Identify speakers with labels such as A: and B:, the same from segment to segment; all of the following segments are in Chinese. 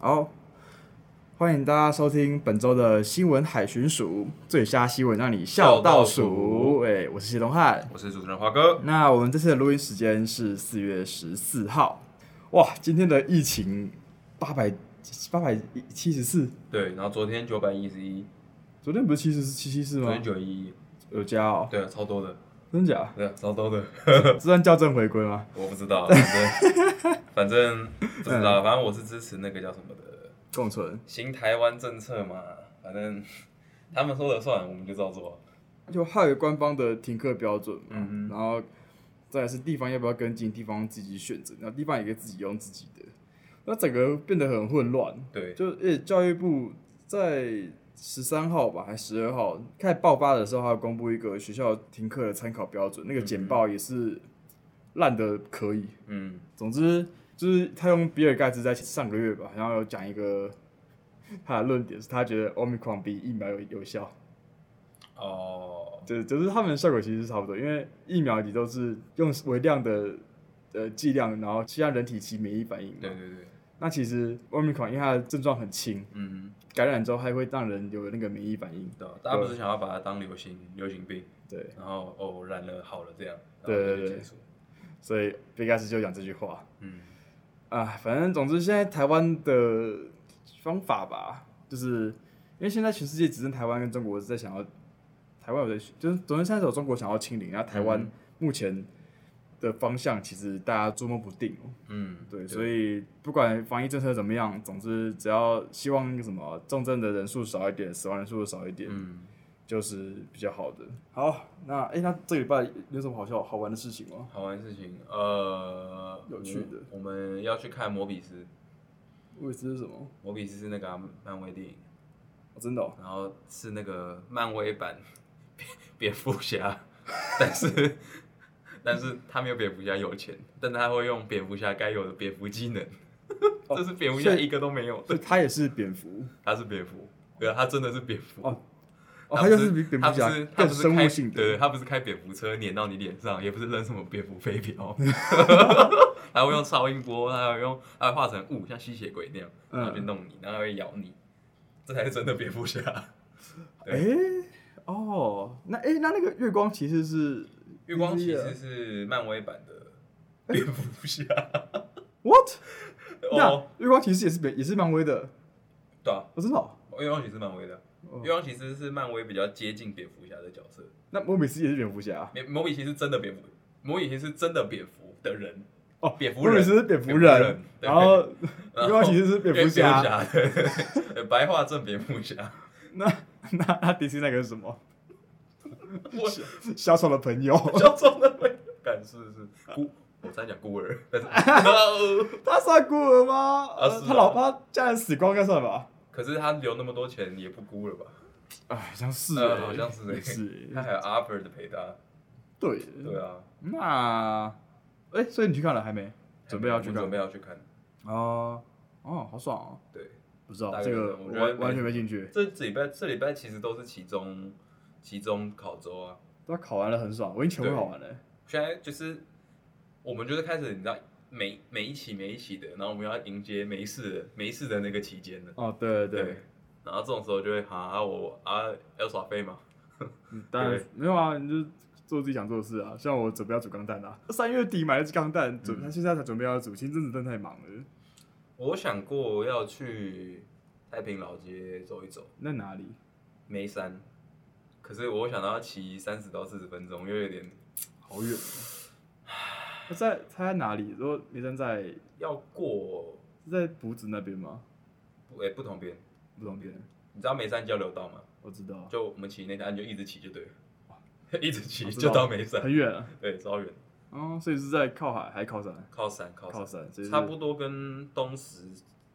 A: 好，欢迎大家收听本周的新闻海巡署最瞎新闻，让你笑到数。哎、我是谢东汉。
B: 我是主持人华哥。
A: 那我们这次的录音时间是四月十四号。哇，今天的疫情八百八百七十四，
B: 对，然后昨天九百一十一，
A: 昨天不是七十七七四
B: 昨
A: 吗
B: 天？九一，
A: 有加哦，
B: 对啊，超多的，
A: 真假？
B: 对啊，超多的，
A: 这算校正回归吗？
B: 我不知道，反正 反正不知
A: 嗯
B: 道，反正我是支持那个叫什么的
A: 共存。
B: 新台湾政策嘛，反正 他们说了算，我们就照做。啊
A: 就还有官方的停课标准嘛，
B: 嗯哼
A: 然后再来是地方要不要跟进，地方自己选择，然后地方也可以自己用自己的，那整个变得很混乱。
B: 对，
A: 就诶、教育部在十三号吧，还十二号开始爆发的时候，还有公布一个学校停课的参考标准，那个简报也是烂的可以。
B: 嗯，
A: 总之就是他用比尔盖茨在上个月吧，然后有讲一个他的论点是他觉得 Omicron 比疫苗有有效。
B: 哦，
A: 对，就是他们的效果其实是差不多，因为疫苗你都是用微量的呃剂量，然后先让人体起免疫反应
B: 对
A: 嘛。
B: 对对，
A: 那其实奥密克戎因为它的症状很轻，
B: 嗯，
A: 感染之后还会让人有那个免疫反应。
B: 对啊，大家不是想要把它当流行流行病，
A: 对，
B: 然后哦染了好了这样，然后
A: 对对
B: 就
A: 对
B: 结束。
A: 所以贝盖斯就讲这句话
B: 嗯，
A: 啊，反正总之现在台湾的方法吧，就是因为现在全世界只剩台湾跟中国是在想要，台湾有在就是总之现在只有中国想要清零，然后台湾
B: 嗯
A: 目前的方向其实大家捉摸不定、哦。
B: 嗯，
A: 对，所以不管防疫政策怎么样，总之只要希望那个什么重症的人数少一点，死亡人数少一点，
B: 嗯，
A: 就是比较好的。好，那诶，那这个礼拜有什么好笑好玩的事情吗？
B: 好玩的事情，呃，
A: 有趣的
B: 我，我们要去看摩比斯。
A: 我也知道是什么，
B: 摩比斯是那个啊、漫威电影，
A: 哦、真的、哦，
B: 然后是那个漫威版蝙蝠侠，但是但是他没有蝙蝠侠有钱，但他会用蝙蝠侠该有的蝙蝠技能，
A: 哦
B: 这是蝙蝠侠一个都没有
A: 所
B: 的
A: 以，他也是蝙蝠
B: 他是蝙蝠，对啊，他真的是蝙蝠。
A: 哦 哦，
B: 不
A: 他就是比蝙
B: 他
A: 蝠
B: 不
A: 侠
B: 是他
A: 更
B: 不是
A: 生
B: 开
A: 物性
B: 对，
A: 的。
B: 他不是开蝙蝠车碾到你脸上，也不是扔什么蝙蝠 飞镖，他会用超音波，他会用，他会化成雾，像吸血鬼那样，然后去
A: 嗯
B: 弄你，然后会咬你，这才是真的蝙蝠 侠。
A: 诶，哦，那诶，那那个月光骑士是啊
B: 月光骑
A: DC
B: 士
A: 的
B: 是漫威版 的蝙蝠侠
A: what？
B: 哦，
A: 那月光骑士也是蝙也是漫威的，
B: 对啊，
A: 我、哦、真的、哦。
B: 月光骑士是漫威的
A: 哦，
B: 月光骑士是漫威比较接近蝙蝠侠的角色，
A: 那莫比斯也是蝙蝠侠
B: 摩摩比奇是真的蝙蝠，摩比奇是真的蝙蝠的人，
A: 哦，
B: 蝙蝠
A: 莫比
B: 人
A: 斯是蝙蝠
B: 蝙蝠人
A: 人，
B: 对
A: 然后
B: 然后
A: 月光骑士是蝙蝠侠，
B: 蝙蝠侠对对白化症蝙 蝠侠，
A: 那那那 DC 那个是什么？
B: 我
A: 小丑的朋 友，
B: 小丑的会感是是孤，我在讲孤 儿，但是
A: 他算孤儿吗？
B: 是
A: 呃，
B: 啊
A: 他老爸家人死光应该算吧？
B: 可是他留那么多钱也不孤了吧？
A: 哎，好像是
B: 呃
A: 欸
B: 好像是欸
A: 是
B: 他
A: 欸，
B: 还有阿 r 的陪他，
A: 对
B: 对啊，
A: 那，哎，所以你去看了还没？准备要去
B: 我准
A: 看
B: 备？要去看，
A: 哦哦，好爽哦！
B: 对。
A: 不知道
B: 大概
A: 这个
B: 我
A: 我
B: 觉得
A: 完
B: 没
A: 完全没兴趣，
B: 这这礼拜这礼拜其实都是期中期中考周啊，
A: 他考完了很爽，我已经全部
B: 对
A: 考完了欸。
B: 现在就是我们就是开始你知道每每一期每一期的，然后我们要迎接没事的没事的那个期间的，
A: 哦，对对
B: 对
A: 对，，
B: 然后这种时候就会啊我啊要耍废嘛，
A: 嗯当然
B: 对
A: 没有啊，你就做自己想做的事啊。像我准备要煮钢蛋啊，三月底买了只钢蛋，准
B: 嗯
A: 他现在才准备要煮，前阵子真的太忙了。
B: 我想过要去太平老街走一走，
A: 那哪里？
B: 眉山，可是我想到要骑三十到四十分钟，又有点
A: 好 远、哦。他在他在哪里？如果梅山在是
B: 要过
A: 在埔子那边吗？
B: 不哎、不同边，
A: 不同边，
B: 你知道眉山交流道吗？
A: 我知道，
B: 就我们骑那条，你就一直骑就对了， 一直骑
A: 我知
B: 就
A: 道
B: 到眉山，
A: 很远、啊。
B: 对，超远，
A: 哦，所以是在靠海还是靠山？
B: 靠山靠
A: 靠
B: 山，
A: 山，所以是
B: 差不多跟东石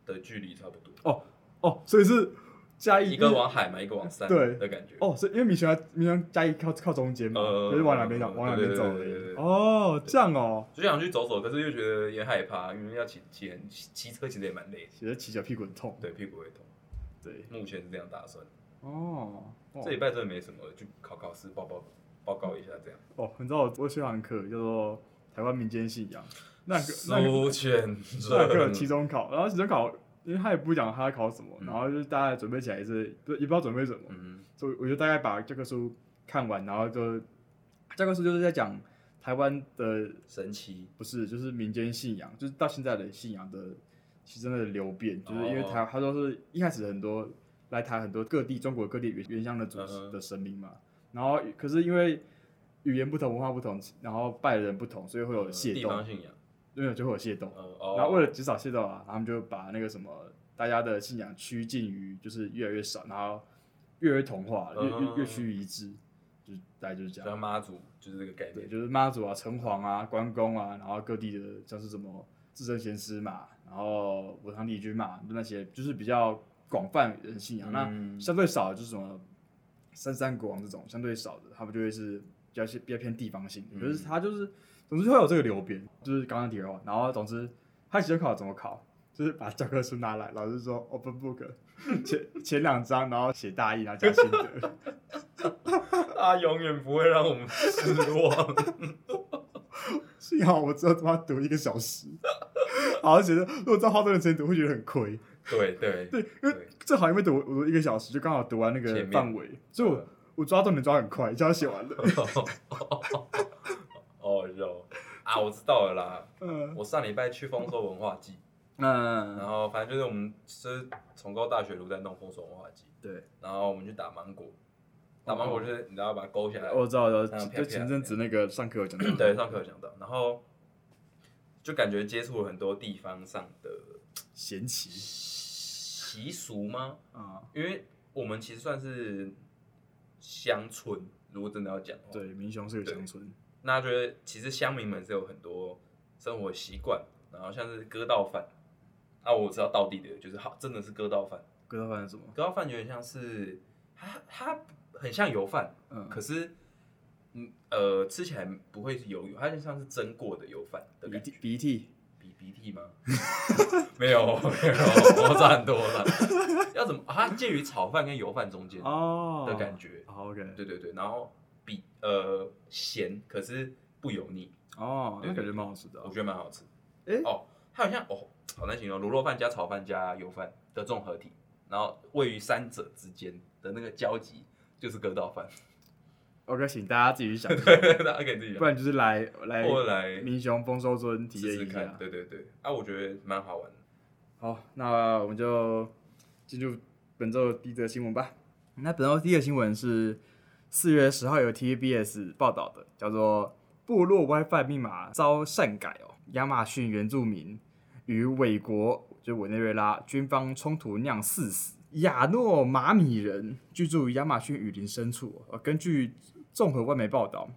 B: 的距离差不多，
A: 哦，所以是嘉义
B: 一个往海嘛，一个往山
A: 哎对
B: 的感觉。
A: 哦，所以因为米泉米泉嘉义靠靠中间嘛，
B: 呃
A: 就是往哪边走
B: 对
A: 往哪边走
B: 对
A: 而
B: 对对对
A: 已。
B: 对
A: 哦，这样哦，
B: 就想去走走，可是又觉得有点害怕，因为要骑骑很骑骑车其实也蛮累的，
A: 其实骑脚屁股很痛。
B: 对，屁股会痛。
A: 对，
B: 目前是这样打算，
A: 哦，
B: 这礼拜真的没什么，就考考试报报报告一下这样。
A: 哦，你知道我我修堂课叫做台湾民间信仰，那个那个
B: 苏浅
A: 那个
B: 准，
A: 期中考，然后期中考因为他也不讲他考什么，然后就是大家准备起来也是不也不知道准备什么，
B: 嗯
A: 所以我就大概把教科书看完，然后就教科书就是在讲台湾的
B: 哼，神奇，
A: 不是，就是民间信仰，就是到现在的信仰的其实真的流变，就是因为
B: 哦
A: 台他都是一开始很多来台很多各地中国各地原原乡的主
B: 嗯哼
A: 的神明嘛，然后可是因为语言不同、文化不同，然后拜的人不同，所以会有械
B: 嗯地
A: 斗，
B: 方信仰，
A: 因为就会有械斗。
B: 呃哦，
A: 然后为了减少械斗啊，他们就把那个什么大家的信仰趋近于就是越来越少，然后越来越同化，越越越趋于一致，就大概就是这样。
B: 像妈祖就是这个概
A: 对，
B: 念，
A: 就是妈祖啊、城隍啊、关公啊，然后各地的像是什么至圣先师嘛，然后武昌帝君嘛，那些就是比较广泛人信仰。那
B: 嗯
A: 相对少的就是什么三山国王这种相对少的，他们就会是比较比较偏地方性的，可
B: 嗯
A: 是他就是总之会有这个流变，就是刚刚提到，然后总之他期中考怎么考？就是把教科书拿来，老师说 open book，前前两章，然后写大意，然后加心得。
B: 他永远不会让我们失望。
A: 幸好我只有他妈读一个小时，好像觉得如果再花多点时间读，会觉得很亏。
B: 对对
A: 对，因为正好因为读我读一个小时，就刚好读完那
B: 前
A: 个
B: 面嗯
A: 范围，所以我我抓重点抓很快，一下就写完 了。
B: 哦有啊，我知道了啦。
A: 嗯
B: 我上礼拜去丰收文化季，然
A: 嗯，
B: 后反正就是我们是重高大学都在弄丰收文化季，
A: 对，
B: 然后我们去打芒果，打芒果就是你知道把它勾下来，
A: 我知道，我知
B: 那
A: 道，
B: 种
A: 就前阵子那个上课有讲到，
B: 对，上课有讲到，然后就感觉接触了很多地方上的
A: 闲棋
B: 习俗吗？
A: 啊，
B: 因为我们其实算是乡村，如果真的要讲的话，
A: 对，民雄是个乡村，
B: 那觉得其实乡民们是有很多生活习惯，然后像是割稻饭，啊，我知道道地的就是好，真的是割稻饭，
A: 割稻饭是什么？
B: 割稻饭有点像是它它很像油饭，
A: 嗯，
B: 可是嗯呃吃起来不会是油油，它就像是蒸过的油饭的
A: 鼻
B: 感
A: 涕
B: 觉，
A: 鼻涕，
B: 鼻鼻涕吗？没有没有， 我差很多了，要怎么？啊它介于炒饭跟油饭中间
A: 哦
B: 的感觉，
A: 好 OK，
B: 对对对，然后比呃咸，可是不油腻。
A: 哦，那感
B: 对对
A: 觉蛮好吃的
B: 我
A: 哦，
B: 觉得蛮好吃。
A: 诶
B: 哦，它好像哦，好难形容，卤肉饭加炒饭加油饭的综合体，然后位于三者之间的那个交集就是割稻饭。
A: ，OK，请大家自己去想，
B: 大家可以自己
A: 不然就是来来
B: 过来
A: 民雄丰收村体
B: 试
A: 验
B: 试
A: 一下
B: 看。。对对对，啊，我觉得蛮好玩的。
A: 好，那我们就进入本周的第一则新闻吧。那本周第一个新闻是四月十号由 TBS 报道的，叫做“部落 WiFi 密码遭擅改哦”，亚马逊原住民与美国就委内瑞拉军方冲突酿四死。亚诺马米人居住于亚马逊雨林深处哦。呃，根据综合外媒报道，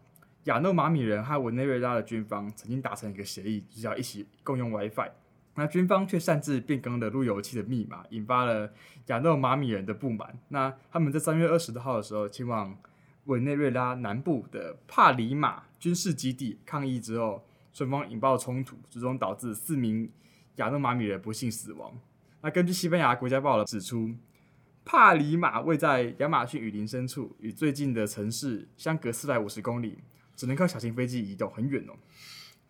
A: 亚诺马米人和委内瑞拉的军方曾经达成一个协议，就是要一起共用 WiFi。那军方却擅自变更了路由器的密码，引发了亚诺马米人的不满。那他们在三月二十号的时候前往委内瑞拉南部的帕里马军事基地抗议之后，双方引爆冲突，最终导致四名亚诺马米人不幸死亡。那根据西班牙国家报道指出，帕里马位在亚马逊雨林深处，与最近的城市相隔四百五十公里，只能靠小型飞机移动，很远哦。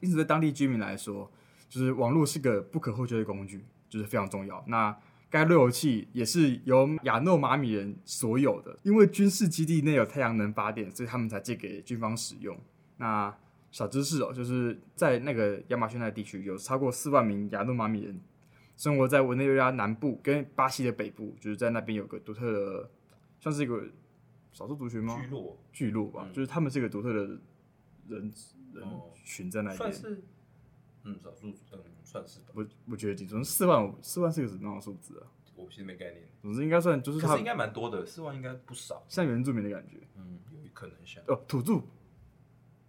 A: 因此，对当地居民来说，就是网络是个不可或缺的工具，就是非常重要。那该路由器也是由亚诺马米人所有的，因为军事基地内有太阳能发电，所以他们才借给军方使用。那小知识哦，就是在那个亚马逊那个地区，有超过四万名亚诺马米人生活在委内瑞拉南部跟巴西的北部，就是在那边有个独特的，算是一个少数族群吗
B: 聚？落
A: 聚落吧，
B: 嗯
A: 就是他们是一个独特的人人
B: 哦
A: 群在那边
B: 算。是，嗯，少数嗯算是吧，
A: 我我觉得总之四万五四万是个什么样的数字啊？
B: 我其实没概念，
A: 总之应该算就是
B: 可
A: 他
B: 是应该蛮多的，四万应该不少。
A: 像原住民的感觉
B: 嗯，有可能像。
A: 哦，土著，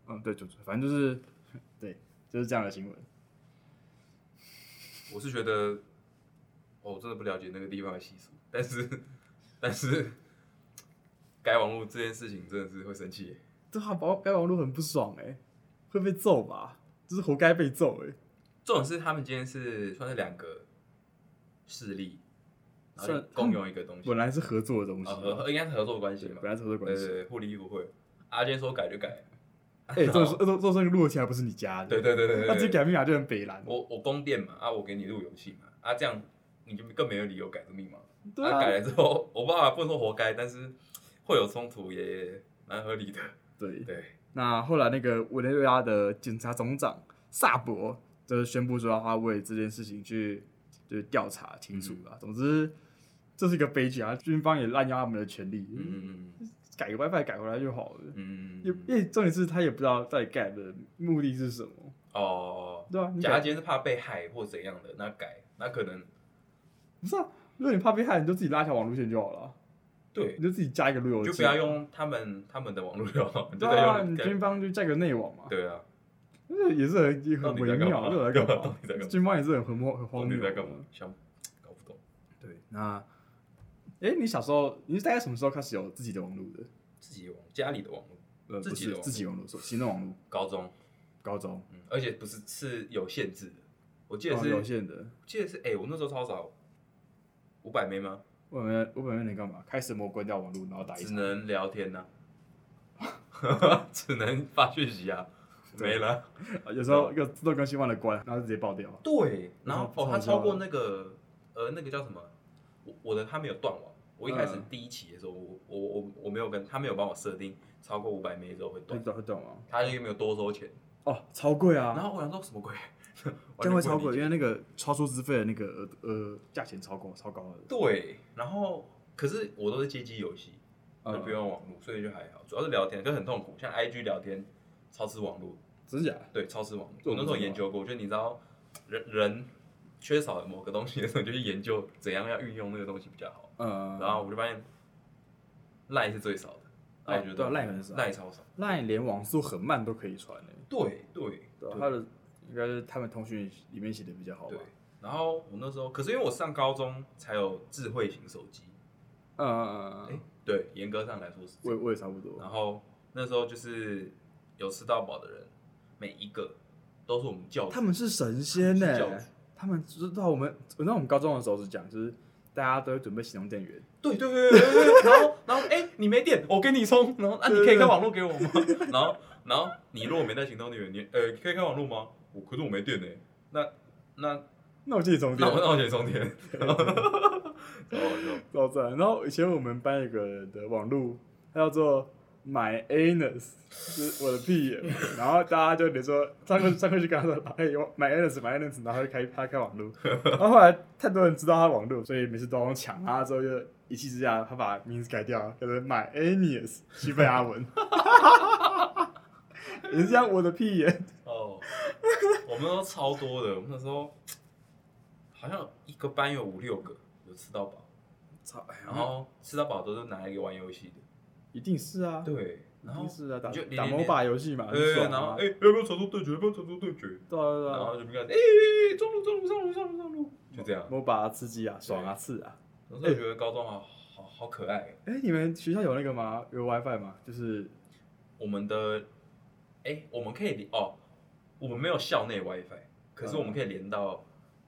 A: 嗯对土著，反正就是 对，就是这样的新闻。
B: 我是觉得，哦我真的不了解那个地方的习俗， 但是但是改网络这件事情真的是会生气耶，
A: 对啊，网该网络很不爽哎、会被揍吧？就是活该被揍哎、
B: 这种是他们今天是算是两个势力，然后
A: 算
B: 就共用一个东西，
A: 本来是合作的东西
B: 啊
A: 嘛，
B: 合合应该是合作关系
A: 对，
B: 嘛
A: 本，来是合作
B: 对
A: 关
B: 对
A: 系。
B: 对，互利互惠。啊，今天说改就改，
A: 哎，这种这种这种路由器还不是你家的，
B: 对对对对
A: 那直接
B: 对对，
A: 改密码就很北蓝。
B: 我我供电嘛，啊我给你路由器嘛，啊这样你就更没有理由改这密码。
A: 对
B: 啊改
A: 啊，
B: 了之后，我爸爸不能说活该，但是会有冲突也蛮合理的。
A: 对。
B: 对，
A: 那后来那个委内瑞拉的检察总长萨博就是宣布说他为这件事情去就是调查清楚
B: 嗯
A: 了。总之，这是一个悲剧啊！军方也滥用他们的权利，
B: 嗯嗯
A: 改个 WiFi 改回来就好了。
B: 嗯
A: 也
B: 嗯嗯，
A: 也重点是他也不知道到底改的目的是什么，
B: 哦，
A: 对啊，你
B: 假如
A: 改
B: 今天是怕被害或怎样的，那改那可能
A: 不是啊？如果你怕被害，你就自己拉一条网路线就好了啊，
B: 对
A: 你，就自己加一个路由器，
B: 就不要用他们他们的网络流行，就
A: 对
B: 在
A: 啊，
B: 用
A: 你军方就加一个内网嘛，
B: 对啊，
A: 这也是很也
B: 到
A: 很
B: 底在
A: 微
B: 干
A: 妙，
B: 嘛
A: 这在干
B: 到
A: 嘛
B: 底在干？嘛
A: 军方也是很很荒很
B: 到
A: 荒
B: 底
A: 谬
B: 在
A: 的。
B: 干嘛？想搞不懂，
A: 对，那，哎、你小时候，你是大概什么时候开始有自己的网络的？
B: 自己网家里的网络，
A: 呃，
B: 自
A: 不
B: 己
A: 是
B: 的网
A: 自己网络，说行动网络，
B: 高中，
A: 高中，
B: 嗯，而且不是是有限制的，我记得
A: 哦
B: 是
A: 有限的。
B: 记得是哎、我那时候超少，五百枚吗？
A: 我本我本来能干嘛？开什么关掉网络，然后打一
B: 只
A: 场。
B: 能聊天 呐、只能发讯息啊，
A: 对
B: 没了。
A: 啊 有时候又自动更新忘了关，然后就直接爆掉。
B: 对，然后
A: 超
B: 哦，
A: 超
B: 他
A: 好笑
B: 超
A: 的
B: 过那个呃那个叫什么，我我的他没有断网。我一开始
A: 嗯
B: 第一期的时候，我我我我没有跟他没有帮我设定超过五百枚之后会
A: 会
B: 断，
A: 懂会懂吗？
B: 他就没有多收钱。
A: 哦，超贵
B: 然
A: 啊！
B: 后我想说什么鬼，
A: 真会超
B: 贵。
A: 贵，因为那个超出资费的那个呃呃价钱超高，超高的。
B: 对，然后可是我都是街机游戏，就
A: 嗯
B: 不用网络，所以就还好。主要是聊天，可是很痛苦，像 IG 聊天超吃网络，
A: 呃真假？
B: 对，超市网络。
A: 这我
B: 我那
A: 不
B: 时候
A: 知道
B: 研究过，就你知道，人人缺少某个东西的时候，就去研究怎样要运用那个东西比较好。
A: 嗯，
B: 然后我就发现，赖是最少的，赖觉
A: 对啊
B: 得
A: 赖很少
B: 赖超少。
A: 那你连网速很慢都可以传嘞、
B: 对对
A: 对啊，他的应该是他们通讯里面写的比较好吧
B: 对？。然后我那时候，可是因为我上高中才有智慧型手机，
A: 嗯嗯嗯
B: 哎、
A: 嗯，
B: 对，严格上来说是这
A: 我
B: 样。
A: 也我也差不多。
B: 然后那时候就是有吃到饱的人，每一个都是我们教
A: 他们 是神仙呢、
B: 是教主
A: 他们知道我们，我知道我们高中的时候是讲，就是大家都会准备行动电源，
B: 对对对对对对，然后然后哎、你没电，我给你充，然后啊，你可以开网络给我吗？然后然后你如果没带行动电源，你呃可以开网络吗？我可是我没电呢、那那
A: 那我记得充
B: 那
A: 电
B: 我，那我先充电，然后然后我就
A: 到这。然后以前我们班有个人的网路，他叫做 My Anus，就是我的屁 眼。然后大家就得说上课上课就跟他说，哎，My Anus，My Anus，然后就开他开网 路。然后后来太多人知道他网路，所以每次都要抢他，之后就一气之下，他把名字改掉，叫做 My Anus，西班牙 文。也是像我的屁眼。
B: 哦，我们都超多的，我们那时候好像一个班有五六个有吃到饱，
A: 操！哎
B: 然后吃到饱都是拿来玩游戏的，
A: 一定是啊，
B: 对，然后
A: 一定是啊，打
B: 就
A: 打
B: 连
A: MOBA 游戏嘛，很
B: 对，
A: 爽
B: 然后
A: 啊
B: 哎、要不要传说对决？要不要传说对决？
A: 对啊对
B: 然
A: 啊
B: 后就比较哎哎哎，中路中路上路上路上路，就这样。
A: ，MOBA 刺激啊，爽啊，刺啊。
B: 那时候觉得高中好好好可爱。
A: 哎，你们学校有那个吗？有 WiFi 吗？就是
B: 我们的哎，我们可以连哦，我们没有校内 WiFi，可是我们可以连到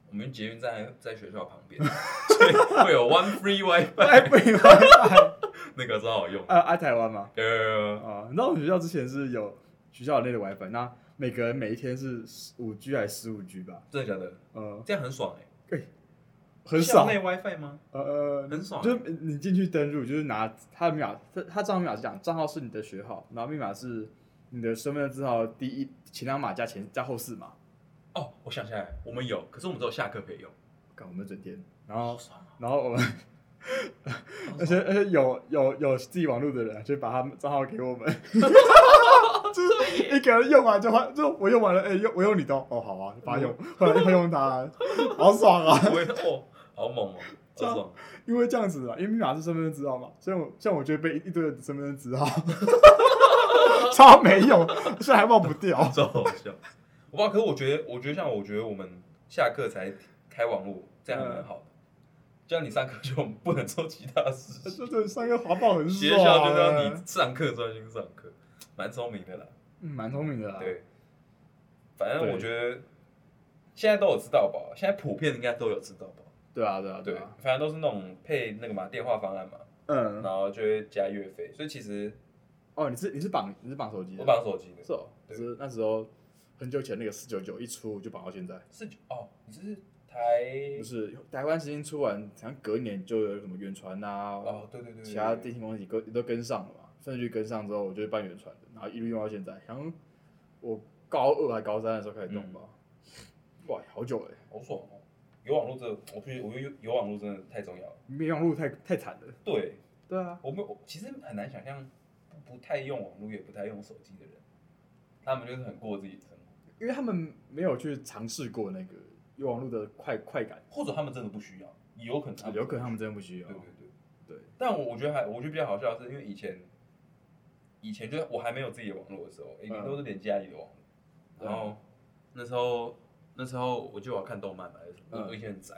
B: 我们捷运站在学校旁边，所以会有 One Free WiFi，
A: 哎，不有 WiFi
B: 那个超好用。
A: 啊，啊台湾嘛
B: 呃，
A: 啊，那我们学校之前是有学校内的 WiFi，那每个人每一天是五 G 还是十五 G 吧？
B: 真的假的？
A: 呃，
B: 这样很爽哎，
A: 很少，
B: 校内 WiFi 吗？
A: 呃呃，
B: 很爽
A: 就是你进去登入，就是拿他的密码，他他账号密码是这样，账号是你的学号，然后密码是你的身份证字号第一前两码加前加后四码，
B: 哦，我想起来，我们有，可是我们只有下课可以用。
A: 看我们整天，然后
B: 爽啊！
A: 然后我们，而且而且有有有自己网络的人啊就把他们账号给我们， 就是一个人用完就换，就我用完了，哎、用我用你的哦，哦好啊，把它用，
B: 嗯
A: 后来会用它，好爽啊！
B: 我也是哦，好猛哦，好爽。
A: 因为这样子啊，因为密码是身份证字号嘛，所以我像我就被一堆的身份证字号， 超没用，现在还忘不 掉。
B: 超好笑。我不知道，可是我觉得，我觉得像我觉得我们下课才开网络，这样
A: 嗯
B: 很好的。这样你上课就不能做其他事情，
A: 这这上个滑爆很爽、欸
B: 学校就是要你上课专心上课，蛮聪明的啦。
A: 嗯，蛮聪明的啦。
B: 对，反正
A: 对
B: 我觉得现在都有吃到饱，现在普遍应该都有吃到饱。
A: 对啊，对啊，
B: 对
A: 对啊，，
B: 反正都是那种配那个嘛电话方案嘛，
A: 嗯
B: 然，后就会加月费，所以其实
A: 哦，你是你是绑你是绑手机的，
B: 我绑手机的
A: 是哦，
B: 对
A: 只是那时候很久前那个四九九一出就绑到现在，
B: 是哦，你这是台
A: 不是台湾时间出完，好像隔一年就有什么远传啊，
B: 哦，对对对，对
A: 其他电信公司也跟也都跟上了嘛，甚至跟上之后，我就办远传的，然后一路用到现在，好像我高二还高三的时候开始弄吧，哇，好久了欸，
B: 好爽哦！有网络这个，我去，我觉得有有网络真的太重要了。
A: 没用路太太惨了，
B: 对，
A: 对啊，
B: 我们我其实很难想象不不太用网络也不太用手机的人，他们就是很过自己的生活，
A: 因为他们没有去尝试过那个有网络的快快感，啊
B: 或者他们真的不需要，也有可能他们
A: 有可能他们真的不需要
B: 对，对对。
A: 对，
B: 但我我觉得还我觉得比较好笑的是，因为以前以前就是我还没有自己的网络的时候，一定都是连家里的网络。
A: 嗯
B: 然后那时候那时候我就要看动漫嘛，就是
A: 嗯
B: 我以前很宅，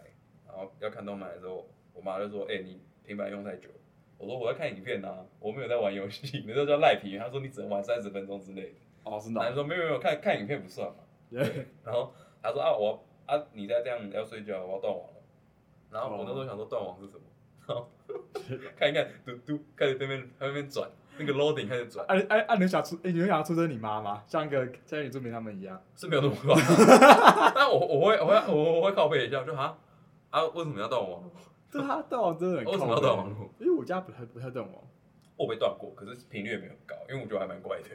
B: 然后要看动漫的时候，我妈就说：“哎、你平板用太久了。”我说：“我在看影片呐、啊，我没有在玩游戏。” 那时候叫赖皮，她说：“你只能玩三十分钟之类的。
A: 哦，真”
B: 然后
A: 的
B: 说：“没有没有，看看影片不算嘛。”
A: 哦，
B: 然后他说啊，我啊，你再这样要睡觉，我要断网了。然后我那
A: 哦
B: 时候想说断网 是什么，然后看一看，嘟嘟开始对面在那边转，那个 loading 开始转，
A: 按按按你想出，哎，你有想要出征你妈吗？像一个像你著名他们一 样，
B: 是没有那 么快。但我我会我会我我会靠背一下，就哈啊，为什么要断网络？
A: 对啊，断网真的很
B: 为什么
A: 靠
B: 要
A: 北
B: 断网？络？
A: 因为我家不太不太哦断网。
B: 我被断过，可是频率也没有很高，因为我觉得还蛮怪的。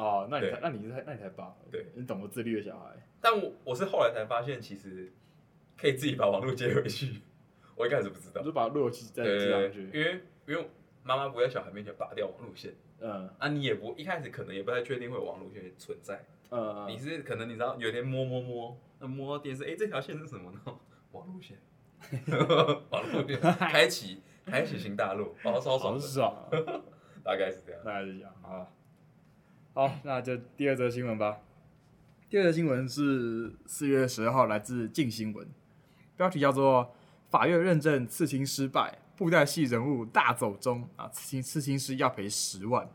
A: 哦，那你
B: 对
A: 才那你才那你才棒，
B: 对，
A: 你懂得自律的小孩。
B: 但我我是后来才发现，其实可以自己把网络接回去， 我一开始不知道
A: 我。就把路由器再
B: 对
A: 接上
B: 对对，
A: 去。
B: 因为因为妈妈不会在小孩面前拔掉网路线。
A: 嗯
B: 啊，你也不一开始可能也不太确定会有网路线存在，
A: 嗯，
B: 你是可能你知道有一天摸摸摸，那摸到电视，哎、这条线是什么呢？网路线， 网 路线，开启开启新大陆，哦，超爽
A: 好
B: 的，
A: 爽啊！
B: 大概是这样。
A: 大概是这样啊。好，那就第二则新闻吧。第二则新闻是四月十号来自《镜新闻》，标题叫做“法院认证刺青失败，布袋戏人物大走中啊，刺青刺青师要赔十万”。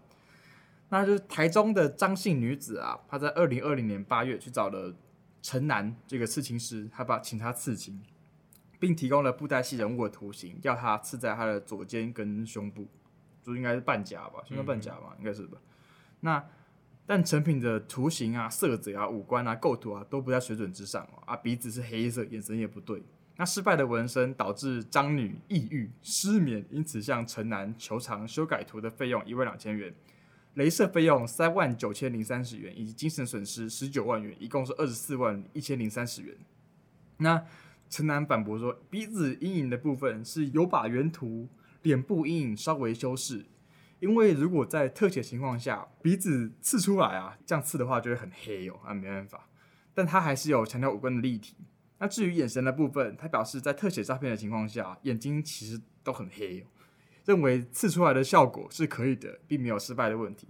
A: 那就是台中的张姓女子啊，她在二零二零年八月去找了陈南这个刺青师，她把请他刺青，并提供了布袋戏人物的图形，要他刺在他的左肩跟胸部，就应该是半甲吧，胸部半甲吧，应该是吧。那但成品的图形啊、色泽啊、五官啊、构图啊都不在水准之上哦啊，鼻子是黑色，眼神也不对。那失败的纹身导致张女抑郁、失眠，因此向陈南求偿修改图的费用一万两千元，镭射费用三万九千零三十元，以及精神损失十九万元，一共是二十四万一千零三十元。那陈南反驳说，鼻子阴影的部分是有把原图脸部阴影稍微修饰，因为如果在特写情况下，鼻子刺出来啊，这样刺的话就会很黑哦，啊，没办法。但他还是有强调五官的立体。那至于眼神的部分，他表示在特写照片的情况下，眼睛其实都很黑哦，认为刺出来的效果是可以的，并没有失败的问题。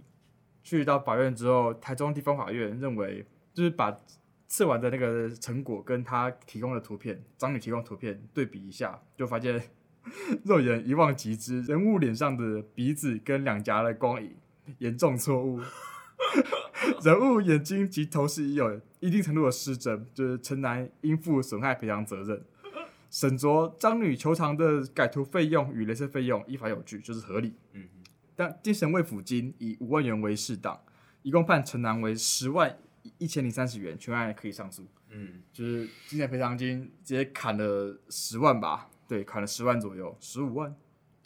A: 去到法院之后，台中地方法院认为，就是把刺完的那个成果跟他提供的图片，张女提供的图片对比一下，就发现肉眼一望即知，人物脸上的鼻子跟两颊的光影严重错误。人物眼睛及头饰已有一定程度的失真，就是陈南应负损害赔偿责任。沈卓张女求偿的改图费用与镭射费用依法有据，就是合理。
B: 嗯，
A: 但精神慰抚金以五万元为适当，一共判陈南为十万一千零三十元，全案可以上诉。
B: 嗯，
A: 就是精神赔偿金直接砍了十万吧，对，砍了十万左右，十五万。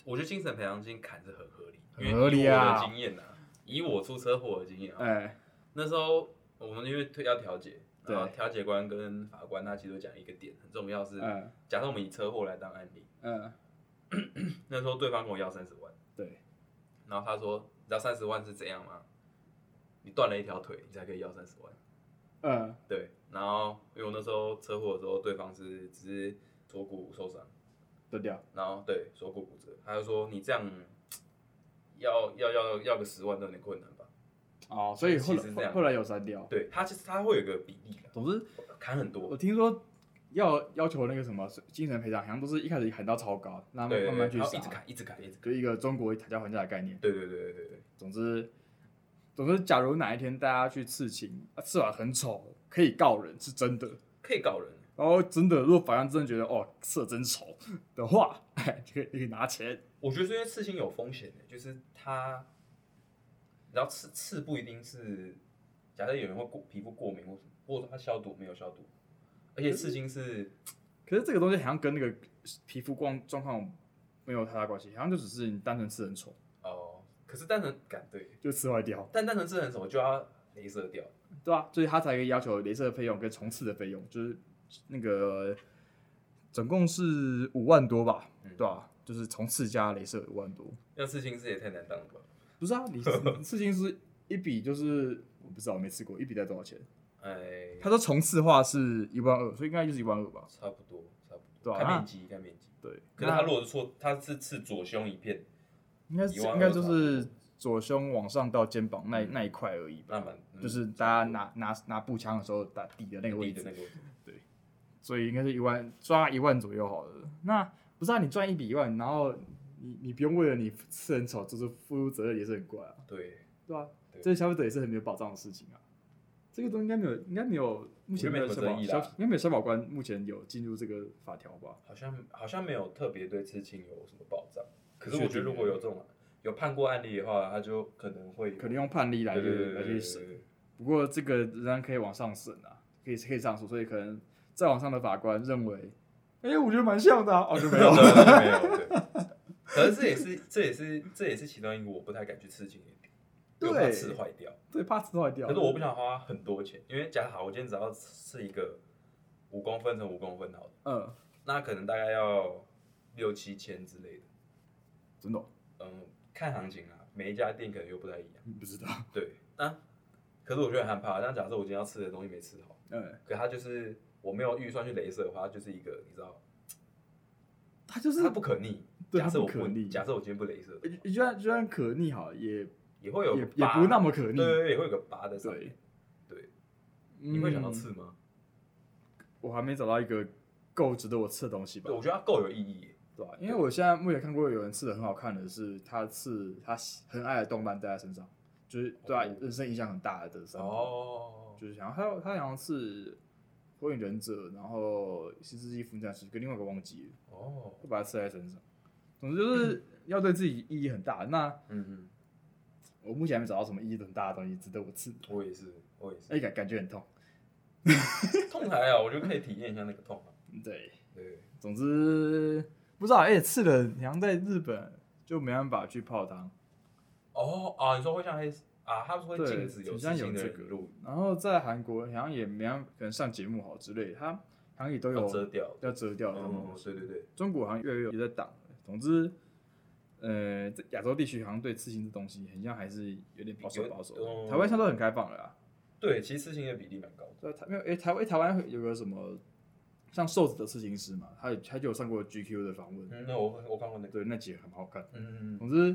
B: 我觉得精神赔偿金砍是很合理，
A: 很合理啊
B: 因为以我的经验呐、啊，以我出车祸的经验啊，
A: 哎，
B: 那时候我们因为推要调解，然后
A: 对
B: 调解官跟法官他其实都讲一个点很重要是，
A: 嗯
B: 假设我们以车祸来当案例，
A: 嗯，
B: 那时候对方跟我要三十万。
A: 对，
B: 然后他说：“你知道三十万是怎样吗？你断了一条腿，你才可以要三十万。
A: 嗯”
B: 对，然后因为我那时候车祸的时候，对方是只是锁骨受伤，
A: 对掉，
B: 然后对锁骨骨折，他就说你这样要要要要个十万都有点困难吧？
A: 哦，所以后
B: 其实是这
A: 来
B: 样
A: 后来有删掉。
B: 对，他其实他会有个比例
A: 总之，
B: 的，砍很
A: 我
B: 多。
A: 听说要要求那个什么精神赔偿，好像都是一开始喊到超高，然后
B: 对
A: 慢
B: 对
A: 慢
B: 对，
A: 去
B: 然后一直
A: 杀，
B: 砍，一直砍，一直砍。
A: 就一个中国讨价还价的概念。
B: 对对对对对对，
A: 总之，总之，假如哪一天大家去刺青，啊、刺完很丑，可以告人，是真的。
B: 可以告人。
A: 然后真的，如果法官真的觉得哦刺的真丑的话， 哎，就可以就可以拿钱。
B: 我觉得这些刺青有风险的，就是它，你知道刺刺不一定是，假设有人会过皮肤过敏或什么，或者他消毒没有消毒，而且刺青是
A: 可是这个东西好像跟那个皮肤光状况没有太大关系，好像就只是你单纯吃很丑
B: 哦，可是单纯感对，
A: 就吃坏掉，
B: 但单纯是很什么就要镭射掉，
A: 对啊，所以他才可以要求镭射的费用跟重刺的费用，就是那个总共是五万多吧，
B: 嗯
A: 对啊，就是重刺加镭射五万多，
B: 要刺青师也太难当了吧？
A: 不是啊， 你刺青是一笔就是我不知道我没吃过，一笔才多少钱？
B: 哎，
A: 他说重刺的话是一万二，所以应该就是一万二吧？
B: 差不多，差不
A: 对
B: 多，
A: 啊
B: 看
A: 那
B: 面积，看面积。
A: 对，
B: 可是他
A: 那
B: 如果是错，他是刺左胸一片，
A: 应该是
B: 一万二
A: 应该就是左胸往上到肩膀那那一块而已吧，
B: 嗯那蛮嗯
A: 就是大家拿拿拿步枪的时候打抵的那个位
B: 低
A: 置
B: 的那，个位置，
A: 所以应该是一万抓一万左右好了。那不是啊，你赚一笔一万，然后你你不用为了你吃很丑就是付出责任也是很怪啊，
B: 对，
A: 对吧、
B: 对
A: 这对消费者也是很没有保障的事情啊。这个东西应该没有，应该没有，目前没有
B: 我觉
A: 消
B: 得
A: 保
B: 没什么争议啦
A: 消，应该没有消保官目前有进入这个法条吧？
B: 好像好像没有特别对刺青有什么保障。可是
A: 确
B: 我觉
A: 定
B: 得如果有这种有判过案例的话，他就可能会有
A: 可能用判例来
B: 对
A: 去
B: 对对
A: 来
B: 对
A: 去
B: 对
A: 审
B: 对，对
A: 不过这个仍然可以往上审啊，可以可以上诉，所以可能再往上的法官认为，哎、我觉得蛮像的、啊，哦就没有
B: 对对对没有对。可是这也是这也是这也是其中一个我不太敢去刺青的点，因为我怕
A: 对
B: 刺坏掉。
A: 对，怕吃坏掉。
B: 可是我不想花很多钱，因为假如好，我今天只要刺一个五公分乘五公分好了，
A: 嗯，
B: 那可能大概要六七千之类的。
A: 真的哦、
B: 嗯，看行情啊，每一家店可能又不太一样。
A: 不知道。
B: 对，
A: 啊
B: 那可是我觉得很害怕。但假设我今天要吃的东西没吃好，
A: 嗯，
B: 可它就是我没有预算去镭射的话，它就是一个你知道，
A: 他就是
B: 它不可逆。
A: 对
B: 假设我
A: 它不可逆
B: 假设我今天不镭射的话，
A: 就算就算可逆好了，也
B: 也会有
A: 也
B: 个
A: 也
B: 疤
A: 不那么可逆。
B: 对对对，也会有个疤在上
A: 对
B: 面。对，你会想到刺
A: 嗯？
B: 吗？
A: 我还没找到一个够值得我刺的东西吧
B: 对，？我觉得它够有意义耶。
A: 对吧？因为我现在目前看过有人刺的很好看的是，他刺他喜很爱的动漫戴在身上，就是对他啊
B: 哦
A: 人生影响很大的伤。
B: 哦，
A: 就是想要他有他好像是火影忍者，然后新世纪福音战士跟另外一个忘记了，
B: 哦，
A: 会把它刺在身上。总之就是要对自己意义很大。那
B: 嗯嗯，
A: 我目前还没找到什么意义很大的东西值得我刺，
B: 我也是，我也是。
A: 哎感感觉很痛。
B: 痛还好，我觉得可以体验一下那个痛啊。
A: 对，
B: 对，
A: 总之不知道，而且刺了，好像在日本就没办法去泡汤。
B: 哦啊，你说会像黑啊，他们会
A: 对
B: 禁止有
A: 好
B: 刺
A: 像有
B: 青的
A: 这
B: 人
A: 个
B: 入，
A: 然后在韩国好像也没办法，可能上节目好之类的，他好像也都
B: 要
A: 有
B: 哦
A: 嗯
B: 遮掉。
A: 要遮掉的。
B: 哦，对对对，
A: 中国好像越来越也在挡了。总之，呃，在亚洲地区好像对刺青这东西，很像还是有点保守
B: 有
A: 保守
B: 哦
A: 的。台湾现在都很开放了啦，
B: 对，其实刺青的比例蛮高
A: 对
B: 的。
A: 啊台没有诶、台湾诶台湾有个什么像瘦子的刺青师嘛，他有他就有上过 GQ 的访问，
B: 嗯，那我我看过那个，
A: 对，那集很好看。
B: 嗯，
A: 总之，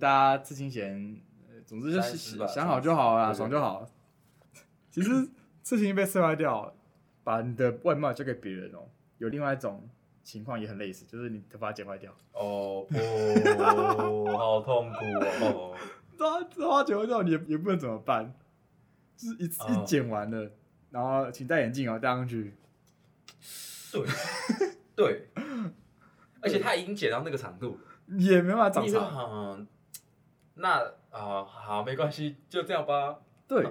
A: 大家刺青前，呃总之就是
B: 三思吧
A: 想想好就好啦，
B: 对对
A: 爽就好。其实刺青被刺坏掉，把你的外貌交给别人哦。有另外一种情况也很类似，就是你头发剪坏掉。
B: 哦不，好痛苦哦。
A: 抓抓久之后，你也也不能怎么办，就是一次、
B: 哦
A: 一剪完了，然后请戴眼镜哦，戴上 去。
B: 对对，而且他已经剪到那个长度，
A: 也没办法长
B: 你说
A: 长，
B: 嗯，那啊好，没关系，就这样吧。
A: 对，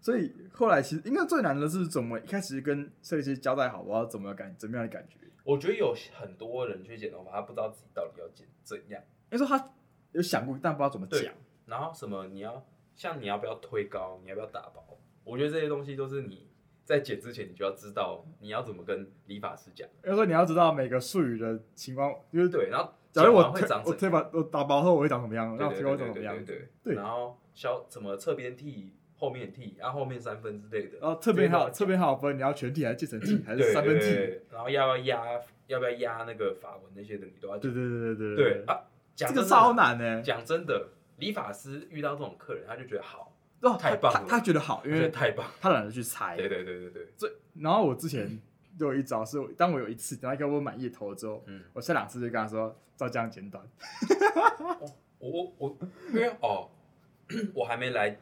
A: 所以后来其实应该最难的是怎么一开始跟设计师交代好我要怎么感怎么样的感觉，
B: 我觉得有很多人去剪头发，他不知道自己到底要剪怎样。
A: 因为说他有想过，但不知道怎么
B: 对
A: 讲，
B: 然后什么你要像你要不要推高，你要不要打薄，我觉得这些东西都是你在剪之前你就要知道你要怎么跟理发师讲，
A: 因为说你要知道每个术语的情况，就是
B: 对，然后
A: 假如我
B: 剪完会
A: 推
B: 长
A: 我
B: 怎
A: 推把我打包后我会长什么样，那
B: 样
A: 我
B: 对
A: 推
B: 对
A: 会长
B: 对对
A: 什么样
B: 对，对
A: 对
B: 然后削什么侧边剃、后面剃，然后后面三分之类的，
A: 然后特别
B: 这些都
A: 好，特别好分，你要全体还是 继承体还
B: 对
A: 哦是三分体？
B: 对对对然后要不要压要不要压那个法文那些的你都要
A: 对对
B: 讲，
A: 对对对
B: 对，啊，讲
A: 这个
B: 真的
A: 超难欸呢，
B: 讲真的，理发师遇到这种客人他就觉得好，
A: 哦他
B: 太棒
A: 他
B: 了
A: 他觉得好，因
B: 他觉得
A: 为
B: 太 棒，
A: 他懒得去猜。
B: 对对对对对，
A: 然后我之前就有一招是，当我有一次等他给我满意的头之后，
B: 嗯。
A: 我下两次就跟他说照这样剪短。
B: 我我我，因为哦， 我还没来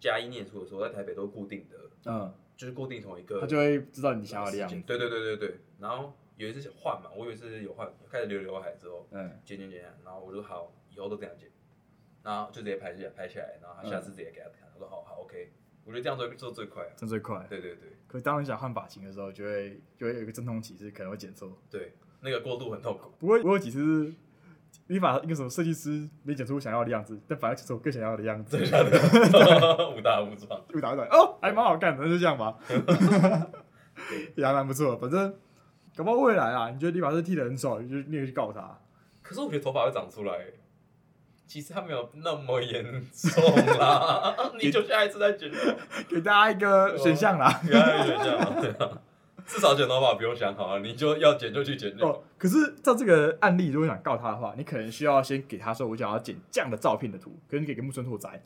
B: 嘉义念书的时候，在台北都固定的，
A: 嗯，
B: 就是固定同一个，
A: 他就会知道你想要的样子。
B: 对对对对对。然后有一次想换嘛，我有一次有换，开始留刘海之后，
A: 嗯，
B: 剪剪剪，然后我就好，
A: 嗯
B: 以后都这样剪，然后就直接拍下来，拍下来，然后他下次直接给他看，我说好好 OK，我觉得这样做做最快啊。
A: 这最快。
B: 对对对
A: 可当你想换发型的时候，就会就会有一个阵痛期，是可能会剪错。
B: 对，那个过渡很痛苦。
A: 不过我有几次是你把一个什么设计师没剪出我想要的样子，但反而剪出我更想要的样子，
B: 武大武装，
A: 就打一打哦，还蛮好看的，那就这样吧， 也还蛮不错的。反正搞不好未来啊，你觉得理发师剃的很丑，你就你也去告他。
B: 可是我觉得头发会长出来，其实它没有那么严重啦。 你就下一次再卷头发，
A: 给大家一个选项啦。
B: 不要卷这样对啊。至少剪头发不用想好了，啊你就要剪就去剪就好。
A: 哦，可是照这个案例，如果想告他的话，你可能需要先给他说，我想要剪这样的照片的图，可是你给个木村拓哉，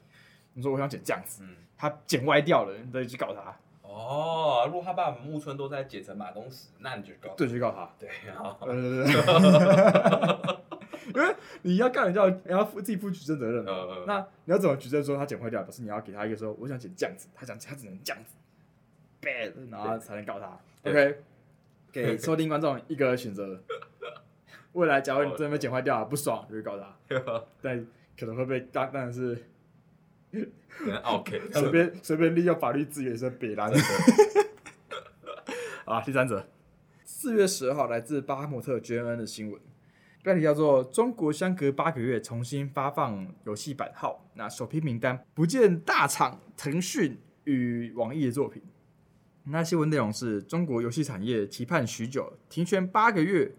A: 你说我想剪这样子，
B: 嗯，
A: 他剪歪掉了，你再去告他，
B: 哦，如果他把木村都在剪成马东石，那你就搞
A: 对，去告他。
B: 对啊，
A: 对对对对，呃 因为你要告人家，你要负自己负举证责任。
B: 呃，
A: 那你要怎么举证说他剪坏掉？不是你要给他一个说，我想剪这样子，他想他只能这样子，bad，然后才能告他。
B: 对
A: OK，给收听观众一个选择。 未来，假如你真的被剪坏掉了，不爽就去告他，但可能会被当当然是
B: 很啊 OK，
A: 随便随便利用法律资源是北拉的。 啊，第三则，四月十号来自巴莫特 JN 的新闻，标题叫做“中国相隔八个月重新发放游戏版号”，那首批名单不见大厂腾讯与网易的作品。那新闻内容是中国游戏产业期盼许久、停权八个月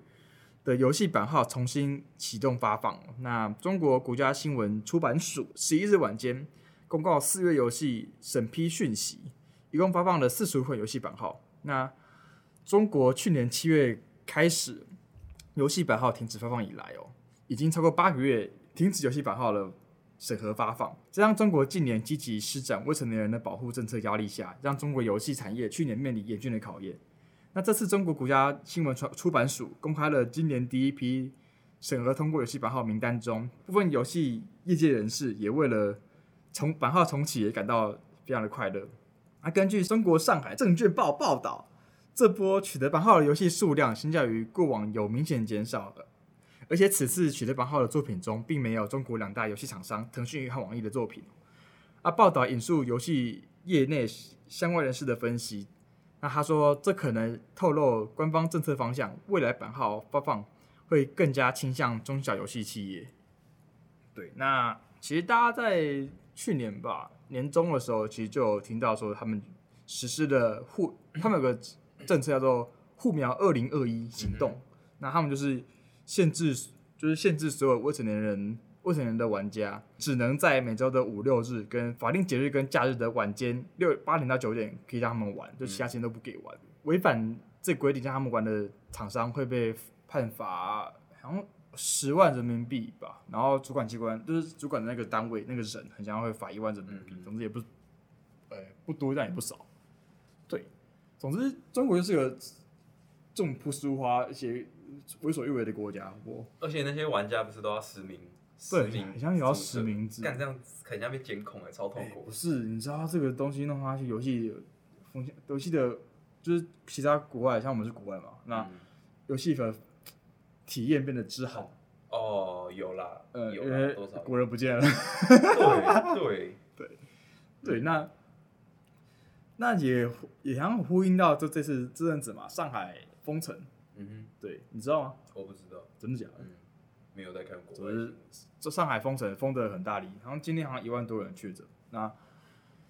A: 的游戏版号重新启动发放。那中国国家新闻出版署十一日晚间公告四月游戏审批讯息，一共发放了四十五款游戏版号。那中国去年七月开始游戏版号停止发放以来哦，已经超过八个月停止游戏版号了。审核发放，这让中国近年积极施展未成年人的保护政策压力下，让中国游戏产业去年面临严峻的考验。那这次中国国家新闻出出版署公开了今年第一批审核通过游戏版号名单中，部分游戏业界人士也为了重版号重启也感到非常的快乐。那根据中国上海证券报报道，这波取得版号的游戏数量相较于过往有明显减少的，而且此次取得版号的作品中，并没有中国两大游戏厂商腾讯和网易的作品。啊，报道引述游戏业内相关人士的分析，那他说这可能透露官方政策方向，未来版号发放会更加倾向中小游戏企业。对，那其实大家在去年吧年中的时候，其实就有听到说他们实施的护，他们有个政策叫做“护苗二零二一”行动，那他们就是限制，就是限制所有未成年人。未成年的玩家只能在每周的五六日跟法定节日跟假日的晚间六八点到九点可以让他们玩，就其
B: 嗯
A: 他时间都不给玩。违反这规定让他们玩的厂商会被判罚，好像十万人民币吧，然后主管机关就是主管的那个单位那个人，很像会罚一万人民币
B: 嗯，嗯
A: 总之也不，呃，不多但也不少。对，总之中国就是个这种朴实无华、一些为所欲为的国家。我
B: 而且那些玩家不是都要实名，
A: 对
B: 实名
A: 好像也要实名制
B: 干这样很像被监控哎，超痛
A: 不
B: 苦。
A: 是，你知道这个东西弄下去，游戏风险，游戏的，就是其他国外，像我们是国外嘛，那
B: 嗯
A: 游戏的体验变得之好，
B: 哦，有啦，
A: 呃，
B: 有
A: 因
B: 啦，
A: 为
B: 多少？ 嗯
A: 国人不见了。
B: 对对，
A: 对，那那也也好像呼应到就这次这阵子嘛，上海封城，
B: 嗯
A: 对，你知道吗？
B: 哼，我不知道，
A: 真的假的？
B: 嗯，没有在看国
A: 总
B: 外新
A: 之
B: 闻。，
A: 这上海封城封的很大力，好像今天好像一万多人确诊，那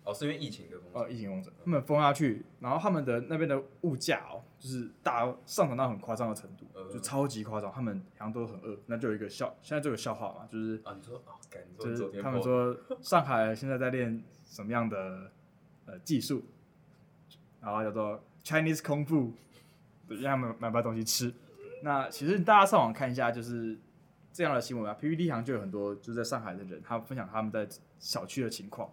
B: 哦，是因为疫情的风险。
A: 呃疫情封城，他们封下去，然后他们的那边的物价哦，就是大上涨到很夸张的程度，
B: 嗯
A: 就超级夸张，他们好像都很饿，那就有一个笑，现在就有笑话嘛，就是
B: 啊，你说哦，干，你
A: 就
B: 说昨天
A: 是他们说上海现在在练什么样的呃技术，然后叫做 Chinese 空腹，对，让他们买不到东西吃。那其实大家上网看一下，就是这样的新闻啊，PPT 上就有很多就是在上海的人，他分享他们在小区的情况，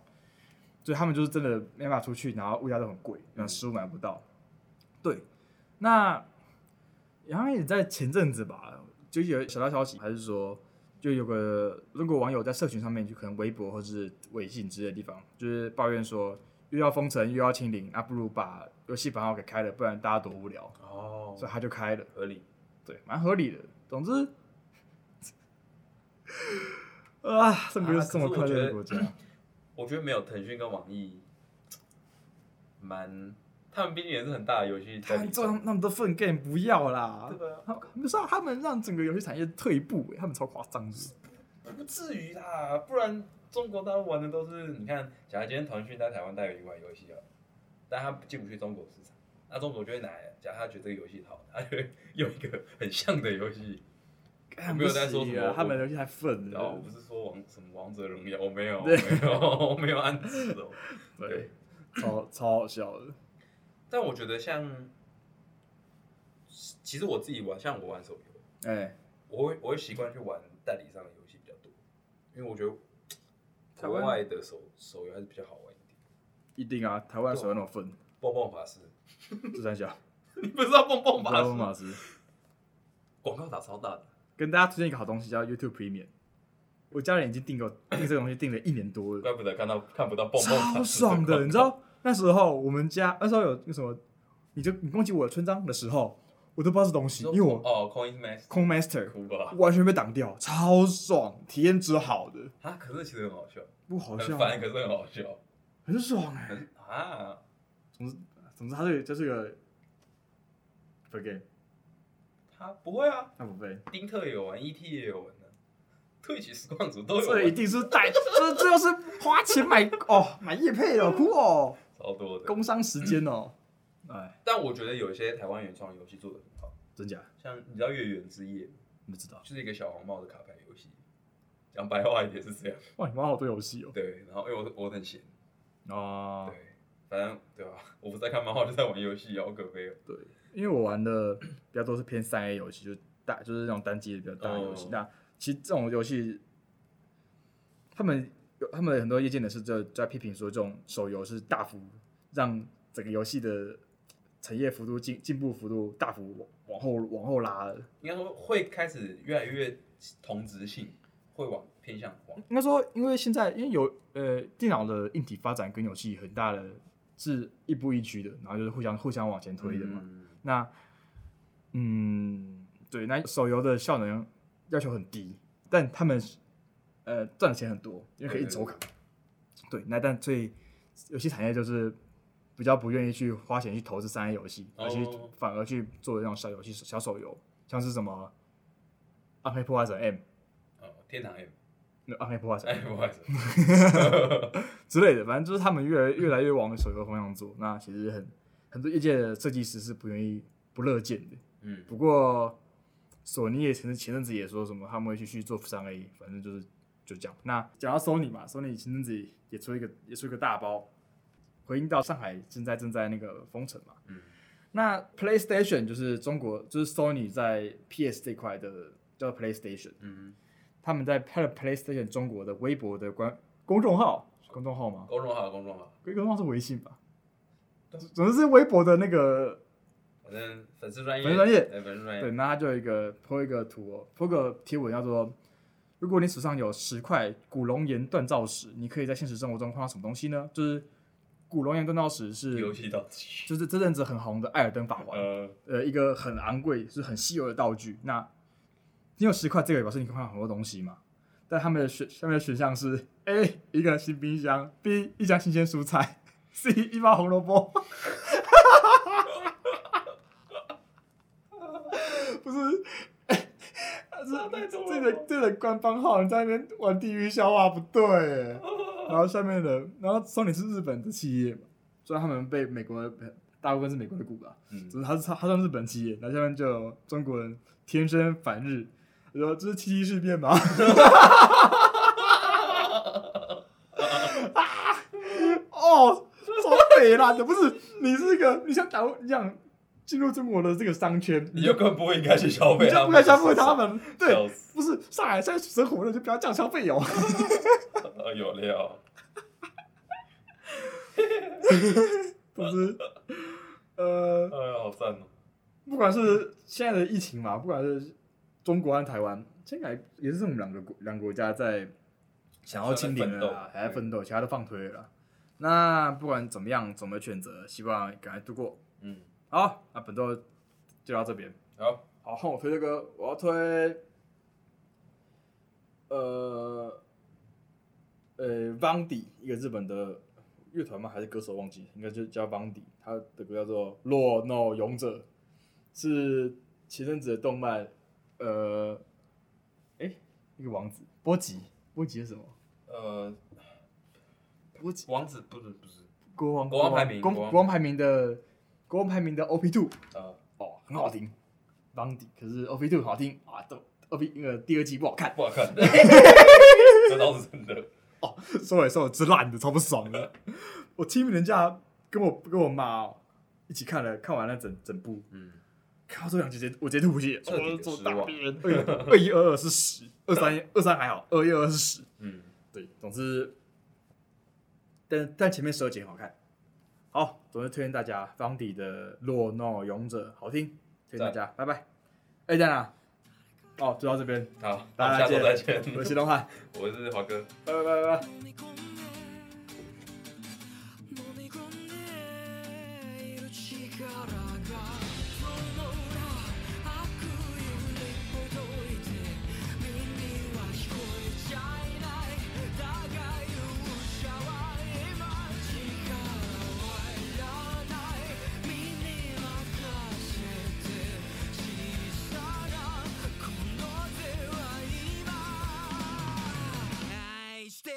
A: 所以他们就是真的没办法出去，然后物价都很贵，
B: 嗯
A: 那食物买不到。对，那然后也在前阵子吧，就有小道消息，还是说就有个中国网友在社群上面，就可能微博或是微信之类的地方，就是抱怨说又要封城又要清零，啊那不如把游戏版号给开了，不然大家多无聊。
B: 哦，
A: 所以他就开了，
B: 合理，
A: 对，蛮合理的。总之，啊，中国就是这么快乐的国家，
B: 我觉得没有腾讯跟网易，蛮，他们毕竟也是很大的游戏
A: 他
B: 在
A: 们
B: 里
A: 做
B: 面，
A: 那么多粪 game 不要啦
B: 对，吧？
A: 他不是啊他们让整个游戏产业退步、欸，他们超夸张的。
B: 不至于啦，不然中国大陆玩的都是，你看，假如今天腾讯在台湾带有一款游戏啊，但它进不去中国市场，那中国就会拿来，假如他觉得这个游戏好，他就会用一个很像的游戏。
A: 干
B: 没有在说
A: 不
B: 什
A: 行
B: 么
A: 啊
B: 我
A: 他们游戏还粪
B: 然后我
A: 的
B: 不，是说王什么王者荣耀，我没有，我
A: 对
B: 没有，我没有暗指哦。对
A: 对，，超超好笑的。
B: 但我觉得像，其实我自己玩，像我玩手游，
A: 哎、
B: 我会我会习惯去玩代理商的游戏比较多，因为我觉得
A: 台
B: 国
A: 湾
B: 外的手手游还是比较好玩一点。
A: 一定啊，台湾手游那种粪，
B: 蹦蹦法师，
A: 这三小，
B: 你不知道蹦蹦法
A: 道
B: 师？
A: 马斯。
B: 广告打超大的，
A: 跟大家推荐一个好东西，叫 YouTube Premium。我家人已经订购 订这个东西订了一年多了，
B: 怪不得看到看不到蹦蹦法
A: 超
B: 师广
A: 爽
B: 告
A: 的。你知道那时候我们家那时候有那个什么，你就你攻击我的村庄的时候，我都不知道是东西，因为我
B: 哦，Coin Max
A: 空 Master
B: 哭吧
A: 完全被挡掉，超爽，体验值好的，
B: 啊，可是其实很好笑，
A: 不好
B: 很
A: 笑，啊
B: 烦，可是很好笑，
A: 很爽哎、
B: 很啊，
A: 总之它这个这是个 f game，
B: 他不会啊，
A: 那不背，
B: 丁特也有玩，ET 也有玩呢、啊退起实况组都有
A: 这一
B: 玩，
A: 定是带这这就是花钱买哦买叶配哦，酷哦，
B: 超多的。
A: 工商时间哦，哎，
B: 但我觉得有一些台湾原创游戏做的很好，
A: 真假
B: 像你知道《月圆之夜》吗
A: 不知道，
B: 就是一个小黄帽的卡牌游戏，讲白话一点是这样。
A: 哇，你玩好多游戏哦，
B: 对，然后因为我我很闲，
A: 哦
B: 对，，反正对吧、我不在看漫画，就在玩游戏，好可悲哦。
A: 对，因为我玩的比较多是偏三 A 游戏，就是大就是那种单机的比较大的游戏。
B: 哦
A: 那其实这种游戏，他们有他们很多业界人士就在批评说，这种手游是大幅让整个游戏的产业幅度进进步幅度大幅往往后往后拉了。
B: 应该说会开始越来越同质性，会往偏向往
A: 应该说，因为现在因为有呃电脑的硬体发展跟游戏很大的是一步一趋的，然后就是互相互相往前推的嘛。
B: 嗯
A: 那嗯，对，那手游的效能要求很低，但他们呃赚的钱很多，因为可以一直
B: 对
A: 抽卡。对，那但所以游戏产业就是比较不愿意去花钱去投资商业游戏，而去
B: 哦
A: 反而去做那种小游戏、小手游，像是什么《暗黑破坏神 M》、
B: 哦，天堂 M，
A: 《暗黑破坏神
B: 哎，不好意 思，》
A: 之类的，反正就是他们越来越来越往手游方向做。那其实很很多业界的设计师是不愿意、不乐见的。
B: 嗯，
A: 不过索尼也前前阵子也说什么他们会继续做三 A，反正就是就这样。那讲到 Sony 嘛，Sony 前阵子也出一个也出一个大包，回应到上海现在正在那个封城嘛。
B: 嗯。
A: 那 PlayStation 就是中国就是 Sony 在 PS 这块的叫 PlayStation，
B: 嗯，
A: 他们在拍了 PlayStation 中国的微博的官公众号，公众号吗？
B: 公众号，公众号，
A: 公众号是微信吧？总之是微博的那个
B: 反正粉丝专业，
A: 粉丝专业
B: 哎，粉丝专
A: 对，
B: 业，
A: 那他就有一个 po 一个图、哦、，po 个贴文叫做：如果你手上有十块古龙岩锻造石，你可以在现实生活中碰到什么东西呢？就是古龙岩锻造石
B: 游
A: 是，
B: 戏到底，
A: 就是这阵子很红的《艾尔登法环》
B: 呃，
A: 呃，一个很昂贵、就是很稀有的道具。那你有十块，这个也表示你可以换很多东西嘛。但他们的选下面的选项是：A 一个新冰箱，B 一箱新鲜蔬菜，C 一包红萝卜。 不是，
B: 太
A: 这
B: 多了
A: 这个这个官方号你在那边玩地狱笑话不对耶。然后下面的，然后 Sony 是日本的企业嘛，虽然他们被美国大部分是美国的股吧，
B: 嗯，
A: 只是他是他他算日本企业，然后下面就有中国人天生反日，然后这是七七事变 嘛，啊哦，超北啦的，不是你是一个你想打入你想进入中国的这个商圈，
B: 你就根本不会应该去消费
A: 你就
B: 他们，
A: 不该消费他们，
B: 笑
A: 对，
B: 死
A: 不是上海现在生活热就不要这样消费哦哟、
B: 呃有料，
A: 总之，呃，
B: 哎呀，好赞哦，
A: 不管是现在的疫情嘛，不管是中国和台湾，现在也是我们两个国两个国家在想要清零了啦，
B: 还在奋斗
A: 还在奋斗，其他都放推了啦。那不管怎么样，怎么选择，希望赶快度过。
B: 嗯，
A: 好，那本周就到这边。
B: 好，
A: 好，换我推这个，我要推，呃，呃 v a n d i 一个日本的乐团吗？还是歌手？忘记，应该就是叫 Vandy，他的歌叫做《洛诺勇者》，是前阵子的动漫，呃，哎、那个王子波吉，波吉是什么？
B: 呃，
A: 波吉
B: 王子不是不是，
A: 国王
B: 国王排名
A: 国
B: 国王
A: 国王排名的国王排名的 OP Two
B: 呃，
A: 哦，很好听，Vandy，可是 OP Two 好听啊，都 OP 那个第二季不好看，
B: 不好看， 这倒是真的。
A: 收尾收尾之烂的，超不爽的。 我听人家跟我跟我妈、哦一起看了，看完了整整部，
B: 嗯，
A: 看到这两集直接我直接吐血，
B: 彻底的
A: 我做
B: 失
A: 大
B: 望
A: 便。二二一二二是十，二 三二三还好，二一二二是十。
B: 嗯，
A: 对，总之，但但前面十二集很好看。好，总之推荐大家方迪的《洛诺勇者》，好听，推荐大家，拜拜。哎，在哪？哦，就到这边，
B: 好，那
A: 大
B: 我们
A: 家
B: 下周再
A: 见
B: 见。。
A: 我是西东汉，
B: 我是华哥。
A: 拜拜拜拜。
C: 飲み込んで飲み込んでいる力がその裏悪意にほどいて耳は聞こえちゃいないだが勇者は今力はいらない身に任せて小さなこの手は今愛して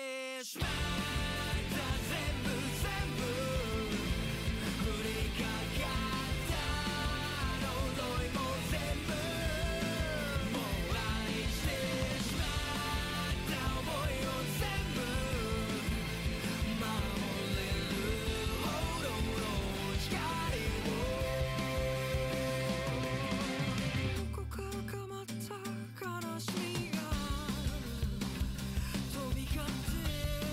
C: しまった全部全部降りかかった呪いも全部もう愛してしまった思いを全部守れるほどの光をどこからかまった悲しみが飛び交って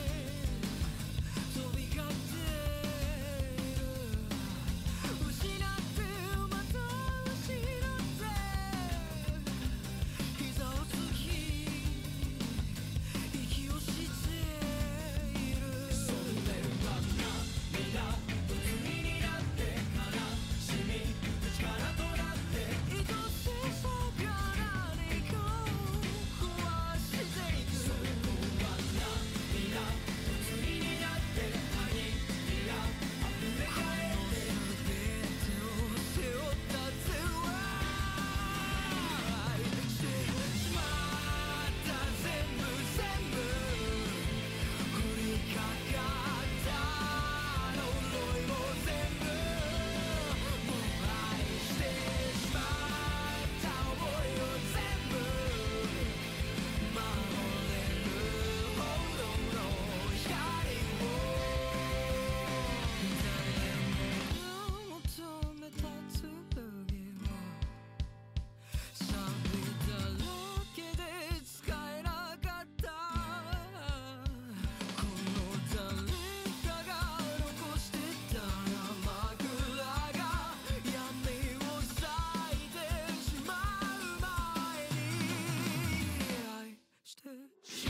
C: 飛び交っている失ってまた失って膝をつき息をしているそんでるは皆不気になって悲しみ力となって愛しさから何かを壊していくそこは涙罪になって他人にな溢れ返って全てを背負った手は愛してしまった全部全部振りかかった呪いも全部もう愛してしまった想いを全部守れるほどの光を誰も求めた剣を「さびだらけで使えなかった」「この誰かが残してた枕が闇を裂いてしまう前に愛してしまう」